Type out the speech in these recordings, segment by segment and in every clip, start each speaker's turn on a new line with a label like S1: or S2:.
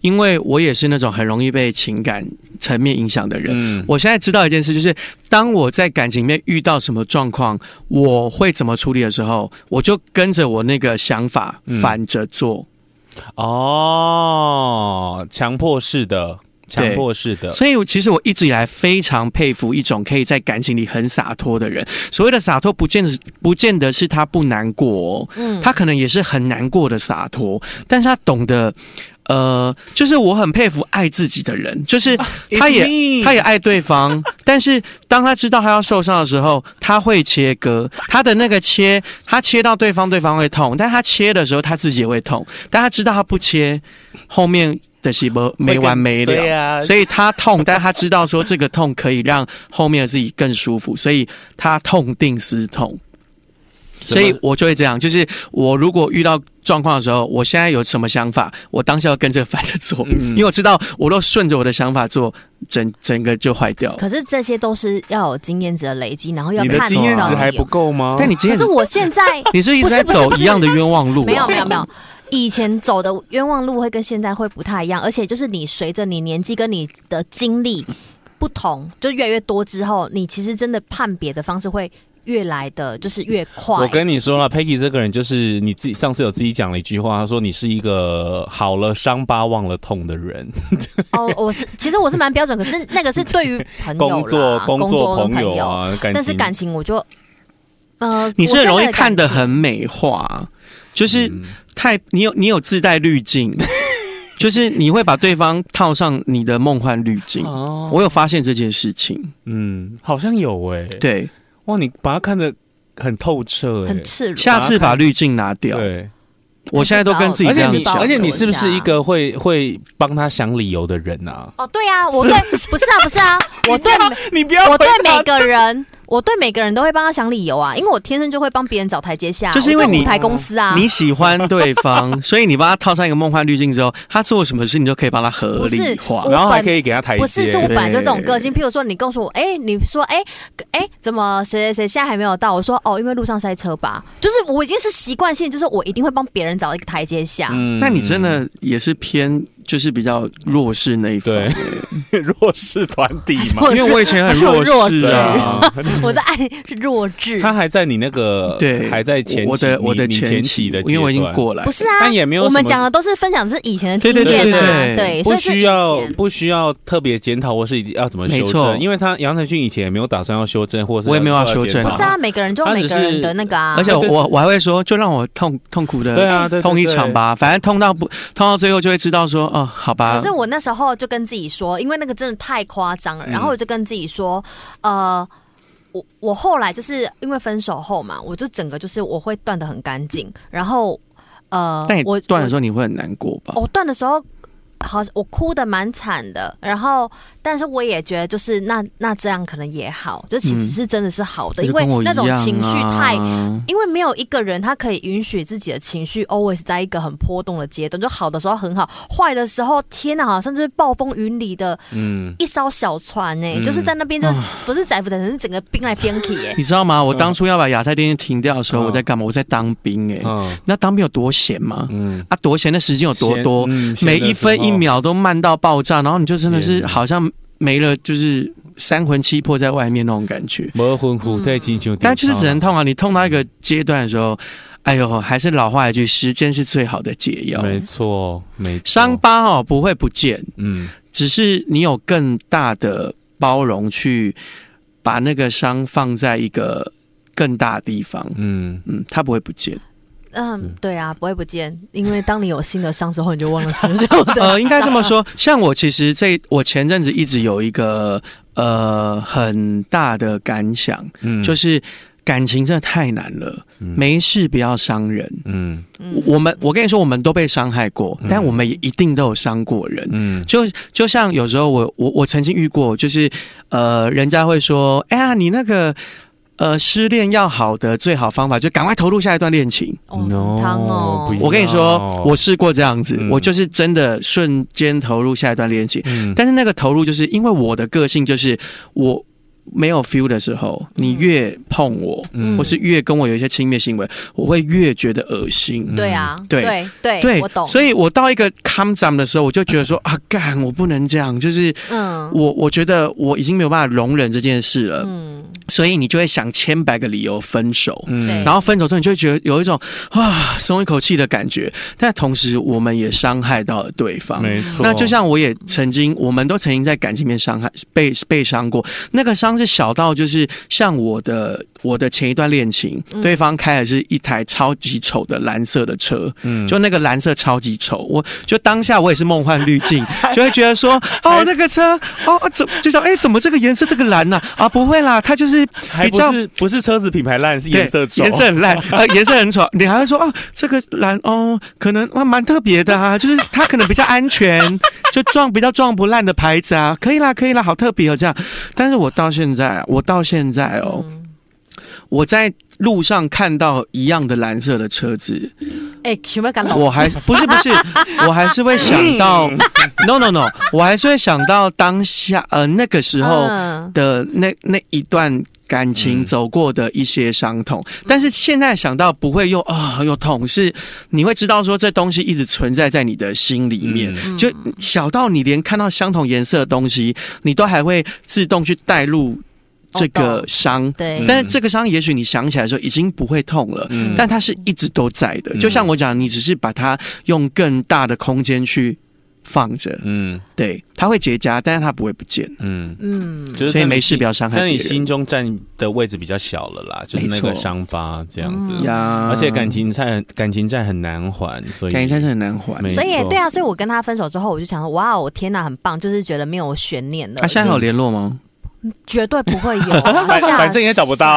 S1: 因为我也是那种很容易被情感层面影响的人。
S2: 嗯，
S1: 我现在知道一件事，就是当我在感情里面遇到什么状况，我会怎么处理的时候，我就跟着我那个想法
S2: 嗯
S1: 反着做。
S2: 哦，强迫式的，强迫式的，
S1: 所以我，其实我一直以来非常佩服一种可以在感情里很洒脱的人。所谓的洒脱，不见得是不见得是他不难过、哦，
S3: 嗯，
S1: 他可能也是很难过的洒脱，但是他懂得。呃，就是我很佩服爱自己的人，就是他也、
S2: It's me
S1: 他也爱对方，但是当他知道他要受伤的时候，他会切割，他的那个切，他切到对方，对方会痛，但他切的时候他自己也会痛，但他知道他不切，后面的细胞没完没了，
S2: 对啊呀
S1: 所以他痛，但他知道说这个痛可以让后面的自己更舒服，所以他痛定思痛。
S2: 什么
S1: 所以我就会这样，就是我如果遇到状况的时候，我现在有什么想法，我当下要跟着反着做，
S2: 嗯
S1: 因为我知道我若顺着我的想法做，整整个就坏掉了。
S3: 可是这些都是要有经验值的累积，然后要
S2: 你
S3: 看
S2: 的
S3: 到
S2: 经验值还
S3: 理
S2: 不
S3: 由。
S2: 够吗？
S1: 但你今
S3: 可
S1: 天
S3: 是我现 在
S1: 你是一直在
S3: 不是不是
S1: 走
S3: 不是
S1: 一样的冤枉路、啊，
S3: 没有没有没有，以前走的冤枉路会跟现在会不太一样，而且就是你随着你年纪跟你的经历不同，就越来越多之后，你其实真的判别的方式会越来的，就是越快。
S2: 我跟你说了，Peggy 这个人就是你自己上次有自己讲了一句话，他说你是一个好了伤疤忘了痛的人，
S3: 哦，我是其实我是蛮标准，可是那个是对于朋友啦
S2: 工作
S3: 工
S2: 作
S3: 跟
S2: 朋友啊，感情
S3: 但是感情我就。呃，
S1: 你是很容易
S3: 我现在的
S1: 看得
S3: 感情
S1: 很美化，就是
S2: 嗯
S1: 太你有你有自带滤镜， 就是你会把对方套上你的梦幻滤镜。
S2: 哦，
S1: 我有发现这件事情，
S2: 嗯，好像有哎、，
S1: 对，
S2: 哇，你把它看得很透彻、欸，
S3: 很赤裸，
S1: 下次把滤镜拿掉。
S2: 对，
S1: 我现在都跟自己
S2: 而
S1: 这
S2: 且
S1: 样
S2: 你
S1: 讲，
S2: 而且你是不是一个会会帮他想理由的人啊？
S3: 哦，对啊，我对不是啊，不是啊，我对
S2: 你不要
S3: 我对
S2: 回答
S3: 每个人，我对每个人都会帮他想理由啊，因为我天生就会帮别人找台阶下，
S1: 就是因为
S3: 我
S1: 你
S3: 舞台公司啊，
S1: 你喜欢对方，所以你帮他套上一个梦幻滤镜之后，他做什么事你就可以把它合理化
S3: 不我。
S2: 然后还可以给他台阶，
S3: 不是是我
S1: 对
S3: 本来就这种个性。譬如说，你告诉我，哎、你说，哎、哎、怎么谁谁谁现在还没有到？我说，哦，因为路上塞车吧。就是我已经是习惯性，就是我一定会帮别人找一个台阶下。
S2: 嗯
S1: 那你真的也是偏就是比较弱势那一方，
S2: 对 弱势团体嘛？
S3: 我
S1: 因为我以前很弱 势
S2: 对
S1: 啊。
S2: 啊，
S3: 我在爱弱智，
S2: 他还在你那个
S1: 对，
S2: 还在前期
S1: 我的
S2: 你
S1: 我的
S2: 你前期的阶段，
S1: 因为我已经过来
S3: 不，是啊，
S2: 但也没有
S3: 我
S2: 什
S3: 们
S2: 么
S3: 讲的都是分享是以前的经
S1: 对对
S3: 验啊，
S1: 对对对
S3: 所
S2: 不
S3: 以是
S2: 需
S3: 以
S2: 要
S3: 前
S2: 不需要特别检讨或是要怎么修
S1: 没错
S2: 正，因为他杨丞琳以前也没有打算要修正，或是
S1: 我也没有要修正
S2: 检讨
S3: 不是啊，每个人就有
S2: 他
S3: 每
S2: 只
S3: 个人
S2: 是
S3: 的那个啊，
S1: 而且
S2: 对对
S1: 我我还会说，就让我痛痛苦
S2: 对
S1: 的
S2: 啊，对对
S1: 痛一
S2: 对
S1: 场吧，反正痛到不痛到最后就会知道说，哦，好吧
S3: 可是，我那时候就跟自己说，因为那个真的太夸张了，
S2: 嗯
S3: 然后我就跟自己说，呃，我我后来就是因为分手后嘛，我就整个就是我会断的很干净，然后呃
S1: 但你，
S3: 我哦
S1: 断的时
S3: 时
S1: 候你会很难过吧
S3: 候，？我断的时候。好，我哭的蛮惨的，然后，但是我也觉得，就是那那这样可能也好，这其实是真的是好的，
S1: 嗯就
S3: 因
S1: 跟我
S3: 为
S1: 一
S3: 那种
S1: 样啊
S3: 情绪太因为没有一个人他可以允许自己的情绪 always 在一个很波动的阶段，就好的时候很好，坏的时候天哪，好像就是暴风雨里的
S2: 嗯，
S3: 一艘小船呢、
S2: 嗯
S3: 就是在那边就
S1: 啊
S3: 不是载浮载沉，是整个冰来冰去 欸耶、
S1: 你知道吗？我当初要把亚太电信停掉的时候，
S2: 嗯
S1: 我在干嘛？我在当兵哎。
S2: 嗯
S1: 那当兵有多闲吗？
S2: 嗯，
S1: 啊，多闲的时间有多多？
S2: 嗯
S1: 每一分一，
S2: 闲的时嗯
S1: 秒都慢到爆炸，然后你就真的是
S2: 天
S1: 好像没了，就是三魂七魄在外面那种感觉。
S2: 候模糊糊在进球，
S1: 但就是只能痛啊！你痛到一个阶段的时候，哎呦，还是老话一句，时间是最好的解药。
S2: 没错，没错
S1: 伤，疤哦不会不见，
S2: 嗯，
S1: 只是你有更大的包容去把那个伤放在一个更大的地方。
S2: 嗯，
S1: 嗯，它不会不见。
S3: 嗯，对啊，不会不见，因为当你有新的伤之后，你就忘了 所有的。
S1: 呃，应该这么说，像我其实这我前阵子一直有一个呃很大的感想，
S2: 嗯
S1: 就是感情真的太难了，
S2: 嗯
S1: 没事不要伤人。
S2: 嗯
S3: 嗯
S1: 我们我跟你说，我们都被伤害过，但我们也一定都有伤过人。
S2: 嗯
S1: 就就像有时候我我我曾经遇过，就是呃，人家会说，哎呀，你那个呃失恋要好的最好方法就赶快投入下一段恋情。
S3: 哦很汤哦
S2: No，不一样
S1: 我跟你说，我试过这样子，
S2: 哦嗯
S1: 我就是真的瞬间投入下一段恋情。
S2: 嗯，
S1: 但是那个投入，就是因为我的个性，就是我没有 feel 的时候，你越碰我，
S2: 嗯
S1: 或是越跟我有一些亲密行为，我会越觉得恶心。
S2: 嗯
S3: 对啊，
S1: 嗯对
S3: 对对
S1: 对
S3: 我，懂。
S1: 所以我到一个 come down 的时候，我就觉得说
S2: 嗯
S1: 啊，干，我不能这样，就是
S3: 嗯
S1: 我我觉得我已经没有办法容忍这件事了，
S3: 嗯，
S1: 所以你就会想千百个理由分手。
S2: 嗯
S3: 对
S1: 嗯然后分手之后，你就会觉得有一种啊松一口气的感觉，但同时我们也伤害到了对方。
S2: 没错。
S1: 那就像我也曾经，我们都曾经在感情面伤害被被伤过，那个伤是小到就是像我的我的前一段恋情，
S3: 嗯
S1: 对方开的是一台超级丑的蓝色的车，
S2: 嗯
S1: 就那个蓝色超级丑，我就当下我也是梦幻滤 镜，就会觉得说哦那个车哦啊怎就想哎怎么这个颜色这个蓝呐啊不会啦，它就是
S2: 还
S1: 比
S2: 不
S1: 较
S2: 是不是车子品牌烂，是
S1: 对
S2: 颜色丑，
S1: 颜色很 烂，呃，颜色很丑，你还会说哦，这个蓝哦，可能哇蛮特别的啊，就是它可能比较安全，就撞比较撞不烂的牌子啊，可以啦，可以啦，好特别哦这样。但是我到现在，我到现在哦，
S3: 嗯
S1: 我在路上看到一样的蓝色的车子，
S3: 哎，有没有敢搂？
S1: 我还不是不是，我还是会想到，no no no，我还是会想到当下呃那个时候。
S3: 嗯
S1: 的那那一段感情
S2: 嗯
S1: 走过的一些伤痛，但是现在想到不会又啊、又痛，是你会知道说这东西一直存在在你的心里面，
S2: 嗯
S3: 嗯
S1: 就小到你连看到相同颜色的东西，你都还会自动去带入这
S3: 哦
S1: 个
S3: 懂
S1: 伤。
S3: 对，
S1: 但是这个伤，也许你想起来的时候已经不会痛了，
S2: 嗯
S1: 但它是一直都在的。就像我讲，你只是把它用更大的空间去放着，
S2: 嗯
S1: 对，它会结痂，但是它不会不见。
S2: 嗯，
S3: 嗯，
S2: 就
S1: 所
S2: 是
S1: 以
S2: 在你
S1: 没事
S2: 心
S1: 不要伤害
S2: 在你
S1: 别人
S2: 心中占的位置比较小了啦，就是那
S1: 没
S2: 个
S1: 错
S2: 伤疤这样子，
S3: 嗯
S1: 呀
S2: 而且感情债感情债很难还，所以
S1: 感情真是很难还。
S2: 没
S3: 所以
S2: 错
S3: 对啊，所以我跟他分手之后，我就想说，哇，我天哪，很棒，就是觉得没有悬念了。
S1: 啊，现在还有联络吗？
S3: 绝对不会有 啊，
S2: 反
S3: 吓
S2: 反正也找不到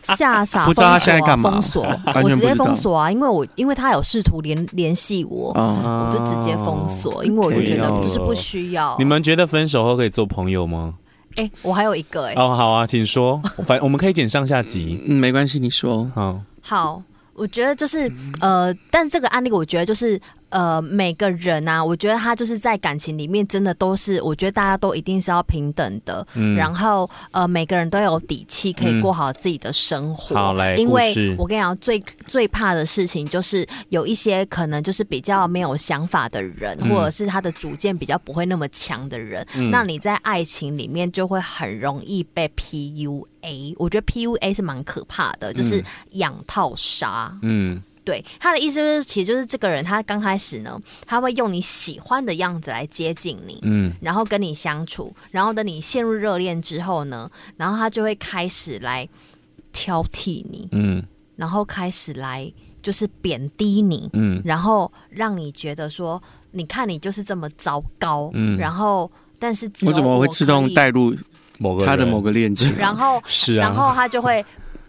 S3: 傻，吓傻，
S1: 不知道他
S3: 封锁
S1: 现在干嘛
S3: 封锁，
S1: 全
S3: 我直
S1: 不
S3: 接
S1: 知道
S3: 封锁啊，因为我因为他有试图联联系我，
S1: 哦，
S2: 啊
S3: 我就直接封锁，因为我就觉得就是不需要。
S2: 你们觉得分手后可以做朋友吗？
S3: 哎，我还有一个哎，
S2: 哦，好啊，请说， 反我们可以剪上下集。
S1: 嗯，没关系，你说。
S2: 好，
S3: 好，我觉得就是
S2: 嗯
S3: 呃，但这个案例我觉得就是。呃，每个人啊，我觉得他就是在感情里面真的都是，我觉得大家都一定是要平等的，
S2: 嗯，
S3: 然后呃，每个人都有底气可以
S2: 嗯
S3: 过好自己的生活。
S2: 好来
S3: 因
S2: 哎故
S3: 为
S2: 事
S3: 我跟你讲，最最怕的事情就是有一些可能就是比较没有想法的人，
S2: 嗯
S3: 或者是他的主见比较不会那么强的人，
S2: 嗯
S3: 那你在爱情里面就会很容易被 PUA。我觉得 PUA 是蛮可怕的，就是
S2: 嗯
S3: 养套杀。
S2: 嗯
S3: 对，他的意思就是，其实就是这个人，他刚开始呢，他会用你喜欢的样子来接近你，
S2: 嗯
S3: 然后跟你相处，然后等你陷入热恋之后呢，然后他就会开始来挑剔你，
S2: 嗯
S3: 然后开始来就是贬低你，
S2: 嗯
S3: 然后让你觉得说，你看你就是这么糟糕，
S2: 嗯
S3: 然后但是只有
S1: 我怎么会
S3: 可
S1: 自动
S3: 以
S1: 带入
S2: 某个
S1: 他的
S2: 人
S1: 某个恋情？
S3: 然后
S2: 是啊，
S3: 然后他就会，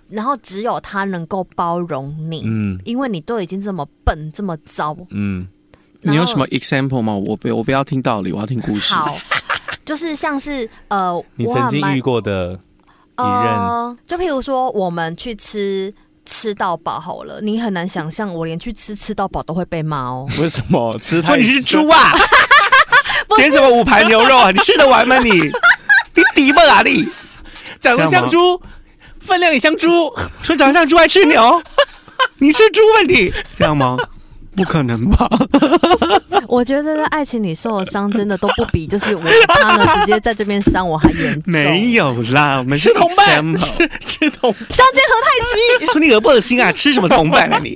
S3: 然后只有他能够包容你，
S2: 嗯
S3: 因为你都已经这么笨这么糟，
S2: 嗯
S1: 你有
S3: 然后
S1: 什么 example 吗？我不，我不要听道理，我要听故事。
S3: 好？就是像是呃，
S2: 你
S3: 我
S2: 曾
S3: 很
S2: 经
S3: 蛮
S2: 遇过的一任，
S3: 呃，就譬如说我们去吃吃到饱好了，你很难想象我连去吃吃到饱都会被骂哦。
S2: 为什么吃
S1: 说
S2: 太
S1: 你是猪啊？点什么五盘牛肉啊？你吃得完吗你？你抵不啊你？
S2: 长
S1: 得像
S2: 猪，分量也像猪，
S1: 说长相猪爱吃牛，你是猪吧你？这样吗？不可能吧？
S3: 我觉得在爱情里受的伤真的都不比就是我跟他呢直接在这边伤我还严重。
S1: 没有啦，我们是
S2: 同伴
S1: example。
S2: 吃同
S3: 相煎何太急？
S1: 说你恶不恶心啊？吃什么同伴啊 你？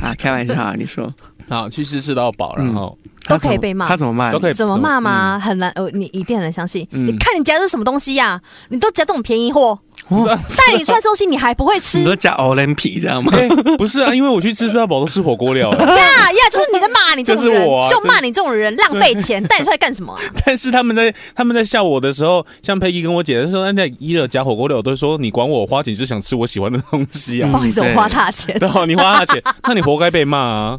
S1: 啊，开玩笑啊！你说
S2: 好去吃吃到饱，然后
S3: 都
S1: 他怎么
S3: 可以被骂
S1: 他怎么骂你？
S2: 都可以
S3: 怎么骂吗？很难，呃，你一定很难相信。
S2: 嗯
S3: 你看你夹的是什么东西呀、你都夹这种便宜货，
S2: 嗯
S1: 哦？
S3: 带你出来吃东西你还不会吃
S1: 你都加 o l y m p 这样吗？
S2: 哎，不是啊，因为我去吃吃到饱都吃火 锅料了，
S3: 呀呀，就是你在骂你这种人，
S2: 就是我啊
S3: 就骂你这种人浪费钱，带你出来干什么啊、
S2: 但是他们在他们在笑我的时候，像佩 y 跟我姐的时候，那一热加火锅料，我都说你管我，我花钱就想吃我喜欢的东西
S3: 不
S2: 啊。
S3: 好意思，
S1: 对
S3: 我花大钱。
S2: 对啊，你花 他钱，那你活该被骂啊。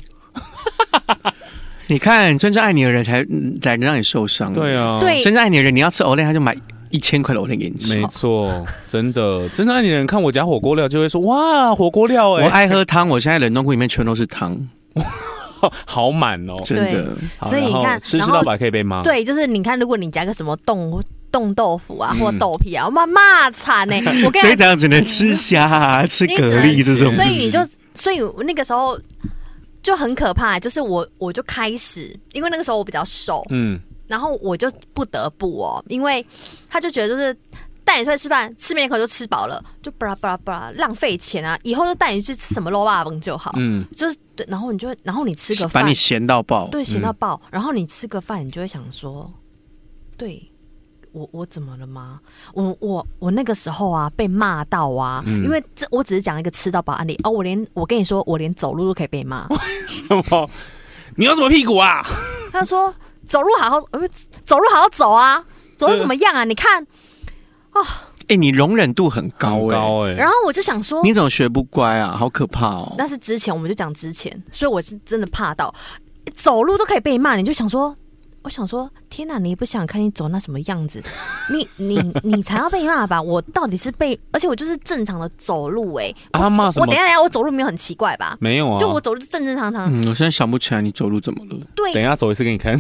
S1: 你看，真正爱你的人才嗯才能让你受伤。
S2: 对，啊，
S3: 对
S1: 真正爱你的人，你要吃 o l 他就买一千块的 o l 给你吃。
S2: 没错，真的，真正爱你的人看我夹火锅料就会说哇，火锅料
S1: 我
S2: 哎、
S1: 爱喝汤，我现在冷冻库里面全都是汤，
S2: 好满哦。
S1: 真的。
S2: 好
S3: 所以你
S2: 然后
S3: 看
S2: 吃吃
S3: 然后
S2: 到饱可以被骂。
S3: 对，就是你看，如果你夹个什么冻冻豆腐啊，或豆皮啊，我妈骂惨呢。我跟
S1: 所以这
S3: 你讲，
S1: 样只能吃虾、啊、吃
S3: 你只
S1: 蛤
S3: 能
S1: 蜊这种，
S3: 所以你就，所以我那个时候就很可怕，就是我我就开始，因为那个时候我比较瘦，
S2: 嗯，
S3: 然后我就不得不哦，因为他就觉得就是带你出来吃饭，吃面一口就吃饱了，就巴拉巴拉巴拉浪费钱啊，以后就带你去吃什么肉霸崩就好，
S2: 嗯，
S3: 就是对，然后你就会，然后你吃个
S1: 把
S3: 饭
S1: 你，咸到爆。
S3: 对，咸到爆，然后你吃个饭，你就会想说，对。我我怎么了吗？我我我那个时候啊，被骂到啊，因为这我只是讲一个吃到饱案例哦，我连我跟你说，我连走路都可以被骂。
S2: 什
S1: 欸
S2: 么？你有什么屁股啊？
S3: 他说：“走路好好，呃不走路好好走啊，走成什么样啊？你看。
S1: 哎、你容忍度很高
S2: 很
S1: 哎、
S2: 高哎、”
S3: 然后我就想说
S1: 你，怎么学不乖啊？好可怕哦！
S3: 那是之前，我们就讲之前，所以我是真的怕到走路都可以被骂，你就想说。我想说，天哪！你也不想看你走那什么样子，你你你才要被骂吧？我到底是被，而且我就是正常的走路哎、
S2: 啊他骂什
S3: 我
S2: 么
S3: 等一？下，等一下我走路没有很奇怪吧？
S2: 没有啊，
S3: 就我走路正正常常，
S1: 嗯，我现在想不起来你走路怎么了。
S3: 对
S2: 等一下走一次给你 看。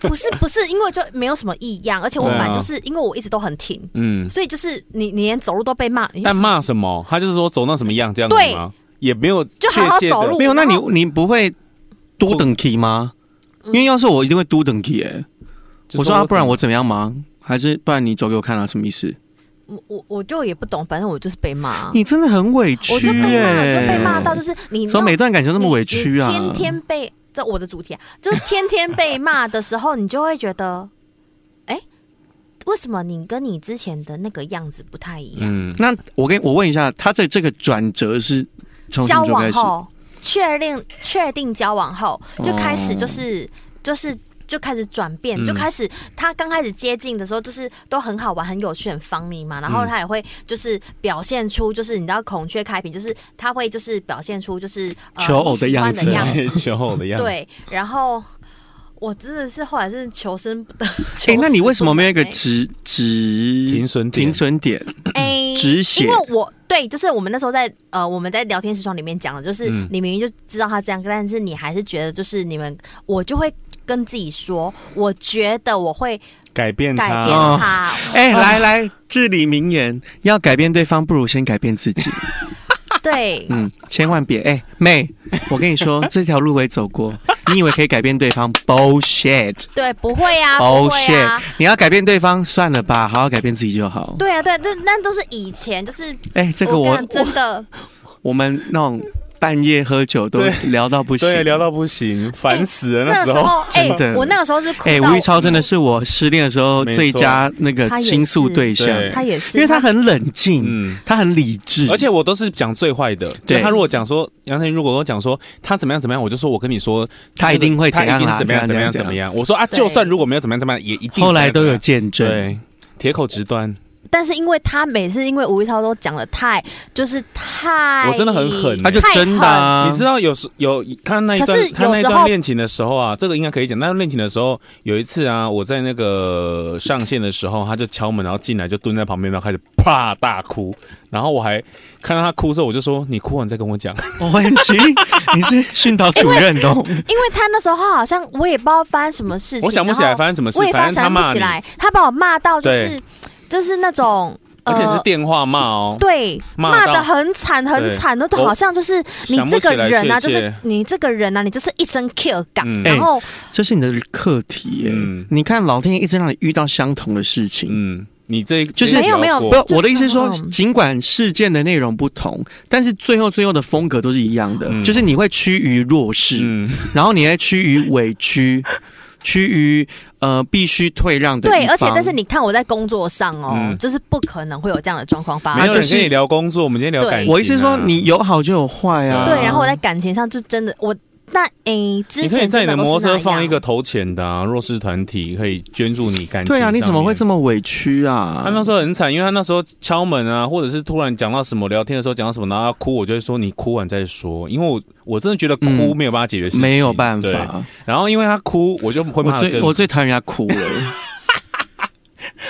S3: 不是不是，因为就没有什么异样，而且我
S2: 对
S3: 本
S2: 啊
S3: 来就是、因为我一直都很挺，
S2: 嗯，
S3: 所以就是你你连走路都被骂，你就
S2: 但骂什么？他就是说走那什么样这样子
S3: 对
S2: 吗？也没有确
S3: 就好好
S2: 切的
S3: 走路
S1: 没有，那
S3: 然
S1: 你
S3: 后
S1: 你不会嘟等 key 吗？
S3: 嗯
S1: 因为要是我一定会嘟等 key 哎、
S2: 就
S1: 我说啊，不然
S2: 怎么
S1: 我怎么样忙？还是不然你走给我看啊？什么意思？
S3: 我我我就也不懂，反正我就是被骂啊，
S1: 你真的很委屈、欸，
S3: 我就被骂，就被骂到，就是你
S1: 怎么每
S3: 弄
S1: 段感情都那么委屈啊？
S3: 你你天天被这我的主题啊，就是天天被骂的时候，你就会觉得，哎、为什么你跟你之前的那个样子不太一样？
S2: 嗯，
S1: 那我跟我问一下，他的这个转折是从什
S3: 交
S1: 么时候开
S3: 往
S1: 始？哦
S3: 后，确定确定交往后，就开始就是、就是。就开始转变，
S2: 嗯
S3: 就开始他刚开始接近的时候，就是都很好玩、很有趣、很 funny 嘛。然
S1: 嗯
S3: 后他也会就是表现出，就是你知道孔雀开屏，就是他会就是表现出就是、呃、
S1: 求偶
S3: 你
S1: 的
S3: 喜欢
S1: 样子
S3: 的样子，
S2: 对求偶的样子，
S3: 对，然后我真的是后来是求生 不得。
S1: 哎、
S3: 求
S1: 那
S3: 死
S1: 你为
S3: 不
S1: 什么没有一个
S3: 能欸
S1: 直直
S2: 停损点
S1: 停损点？
S3: 哎
S1: 止血
S3: 因为我对，就是我们那时候在呃我们在聊天时窗里面讲的，就是
S2: 嗯
S3: 你明明就知道他这样，但是你还是觉得就是你们，我就会跟自己说，我觉得我会
S2: 改变
S3: 改变
S2: 他，
S1: 哦
S3: 他。
S2: 啊
S1: 哎、来来，至理名言，要改变对方，不如先改变自 己。
S3: 对，
S1: 嗯，千万别哎、妹，我跟你说，这条路我也走 过。你以为可以改变对方？bullshit，bullshit！、
S3: 对，不会啊，不会啊。
S1: 你要改变对方，算了吧，好好改变自己就好。
S3: 对啊，对啊，那那都是以前，就是
S1: 哎、这个
S3: 我
S1: 我
S3: 跟你讲真的，
S1: 我我们那种半夜喝酒都
S2: 对
S1: 聊到不行。
S2: 对，聊到不行，烦死了
S3: 那
S2: 那
S3: 时
S2: 时候。
S3: 候，哎
S1: 真的，
S3: 我那个时候是哭
S1: 哎、
S3: 到
S1: 吴，玉超真的是我失恋的时候
S2: 没错
S1: 最佳那个
S3: 他也
S1: 倾诉
S3: 是
S1: 对象，
S2: 对
S3: 他也是，
S1: 因为他很冷静，
S2: 嗯
S1: 他很理智，
S2: 而且我都是讲最坏的，就
S1: 对
S2: 他如果讲说杨丞琳如果跟我讲说他怎么样怎么样，我就说我跟你说
S1: 他一定会怎
S2: 他一
S1: 样啊
S2: 定
S1: 啦，
S2: 是怎么样怎么样怎么。样。我说啊，
S3: 对
S2: 就算如果没有怎么样怎么样，也一定
S1: 后来都有
S2: 怎
S1: 见
S2: 么
S1: 证，
S2: 样怎么样啊对铁口直断，
S3: 但是因为他每次因为吴亦超都讲的太就是太，
S2: 我真的很狠欸
S1: 他就真的、啊，
S2: 你知道有时有他那一
S3: 可
S2: 段
S3: 是有
S2: 他那一
S3: 时候
S2: 段恋情的时候啊，这个应该可以讲。那段恋情的时候，有一次啊，我在那个上线的时候，他就敲门，然后进来就蹲在旁边，然后开始啪大哭。然后我还看到他哭之后，我就说：“你哭完再跟我讲。
S1: 我很 奇，你是训导主任哦。
S3: 因为他那时候好像我 也不知道发生什么事”情，
S2: 我想不起来发生什么
S3: 然
S2: 事
S3: 后我，也
S2: 反
S3: 发
S2: 正他
S3: 想
S2: 骂
S3: 不
S2: 你
S3: 起，来，他把我骂到就是
S2: 对
S3: 就是那种
S2: 而且是
S3: 呃
S2: 电话骂哦。
S3: 对，
S2: 骂
S3: 骂
S2: 到
S3: 的很惨很
S2: 对
S3: 惨，都
S2: 我
S3: 好像就是你
S2: 想不
S3: 这
S2: 起
S3: 个
S2: 来
S3: 人啊，
S2: 确
S3: 就
S2: 切
S3: 是你这个人啊，你就是一身 Q 感
S2: 嗯，
S3: 然后
S1: 这是你的课题耶、
S2: 嗯
S1: 你看老天爷一直让你遇到相同的事情。
S2: 嗯，你这
S1: 就是
S2: 这
S3: 没有没有
S2: 聊过
S1: 不，我的意思是说
S3: 就很好，
S1: 尽管事件的内容不同，但是最后最后的风格都是一样的，
S2: 嗯
S1: 就是你会趋于弱势，
S2: 嗯，
S1: 然后你会趋于委屈， 趋于呃必须退让的
S3: 对，
S1: 一
S3: 而且
S1: 方
S3: 但是你看我在工作上哦
S2: 嗯，
S3: 就是不可能会有这样的状况发
S2: 没
S3: 生。
S2: 有
S1: 啊就
S2: 人
S1: 是
S2: 跟你聊工作，我们今天聊
S3: 啊对
S2: 感情啊。
S1: 我意思是说，你有好就有坏啊。
S3: 对，然后我在感情上就真的我那诶，之
S2: 你可以
S3: 前
S2: 在你的
S3: 真都是
S2: 摩托
S3: 那
S2: 车
S3: 样
S2: 放一个投钱的啊弱势团体，可以捐助你感情。
S1: 对啊，你怎么会这
S2: 么？
S1: 么委屈啊
S2: 他？那时候很惨，因为他那时候敲门啊，或者是突然讲到什么聊天的时候讲到什么，然后他哭，我就会说你哭完再说，因为我我真的觉得哭
S1: 嗯
S2: 没有办法解决事情，
S1: 没有办
S2: 对。
S1: 法，
S2: 然后因为他哭，我就会
S1: 我
S2: 骂他
S1: 最
S2: 更
S1: 我最讨厌人家哭了。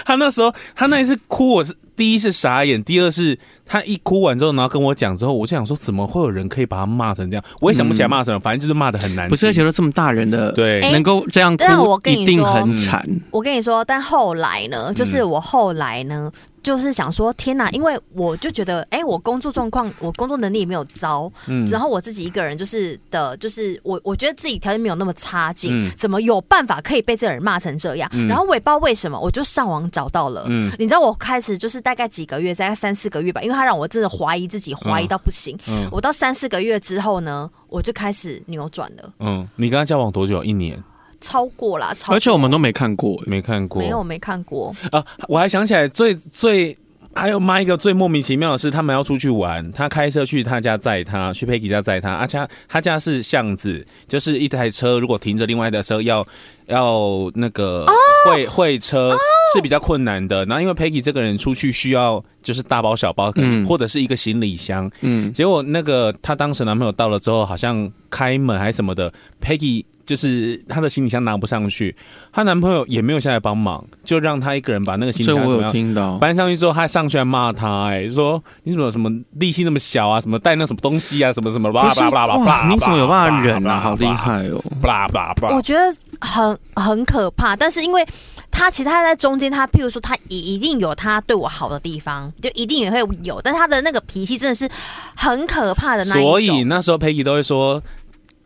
S2: 他那时候他那一次哭，我是第一是傻眼，第二是他一哭完之后，然后跟我讲之后，我就想说，怎么会有人可以把他骂成这样？我也想不起来骂什么，反正就是骂的很难听。
S1: 不是，而且都这么大人的，，
S2: 对，
S3: 哎
S1: 能够这样哭
S3: 那我，跟你
S1: 一定
S3: 说嗯
S1: 很惨。
S3: 我跟你说，但后来
S2: 嗯
S3: 呢，就是我后来呢，就是想说，天哪，因为我就觉得，哎、我工作状况，我工作能力也没有糟，
S2: 嗯
S3: 然后我自己一个人就是的，就是我我觉得自己条件没有那么差劲，
S2: 嗯
S3: 怎么有办法可以被这个人骂成这样？
S2: 嗯
S3: 然后我也不知道为什么，我就上网找到了。
S2: 嗯
S3: 你知道我开始就是大概几个月，大概三四个月吧，因为他让我真的怀疑自己，怀疑到不行。
S2: 嗯
S3: 我到三四个月之后呢，我就开始扭转了，
S2: 嗯，你跟他交往多久？一年
S3: 超过啦，超过
S1: 而且我们都没看过，
S2: 没看过，
S3: 没有没看过，
S2: 啊，我还想起来最最。还有妈一个最莫名其妙的是，他们要出去玩，他开车去他家载他，去 Peggy 家载他，而且他他家是巷子，就是一台车如果停着另外一台车要要那个
S3: 哦
S2: 会会车是比较困难的。然后因为 Peggy 这个人出去需要就是大包小包，可能
S1: 嗯
S2: 或者是一个行李箱，
S1: 嗯，
S2: 结果那个她当时男朋友到了之后，好像开门还是什么的，Peggy 就是她的行李箱拿不上去，她男朋友也没有下来帮忙，就让她一个人把那个
S3: 啊
S2: 行李
S1: 这
S2: 箱
S1: 我
S2: 怎
S1: 有
S2: 么样
S1: 听到。
S2: 搬上去之后，她上去还骂她，哎，说你怎么有什么力气那么小啊，什么带那什么东西啊，什么什么，
S1: 不
S2: 叭
S1: 是
S2: 叭叭叭
S1: 哇
S2: 叭，
S1: 你怎么有办法忍
S2: 啊？
S1: 啊？好厉，害哦！
S2: 叭叭叭
S3: 我。觉得很很可怕。但是因为他其实他在中间，他譬如说他一一定有他对我好的地方，就一定也会有，但他的那个脾气真的是很可怕的那一种。
S2: 所以那时候 Peggy 都会说，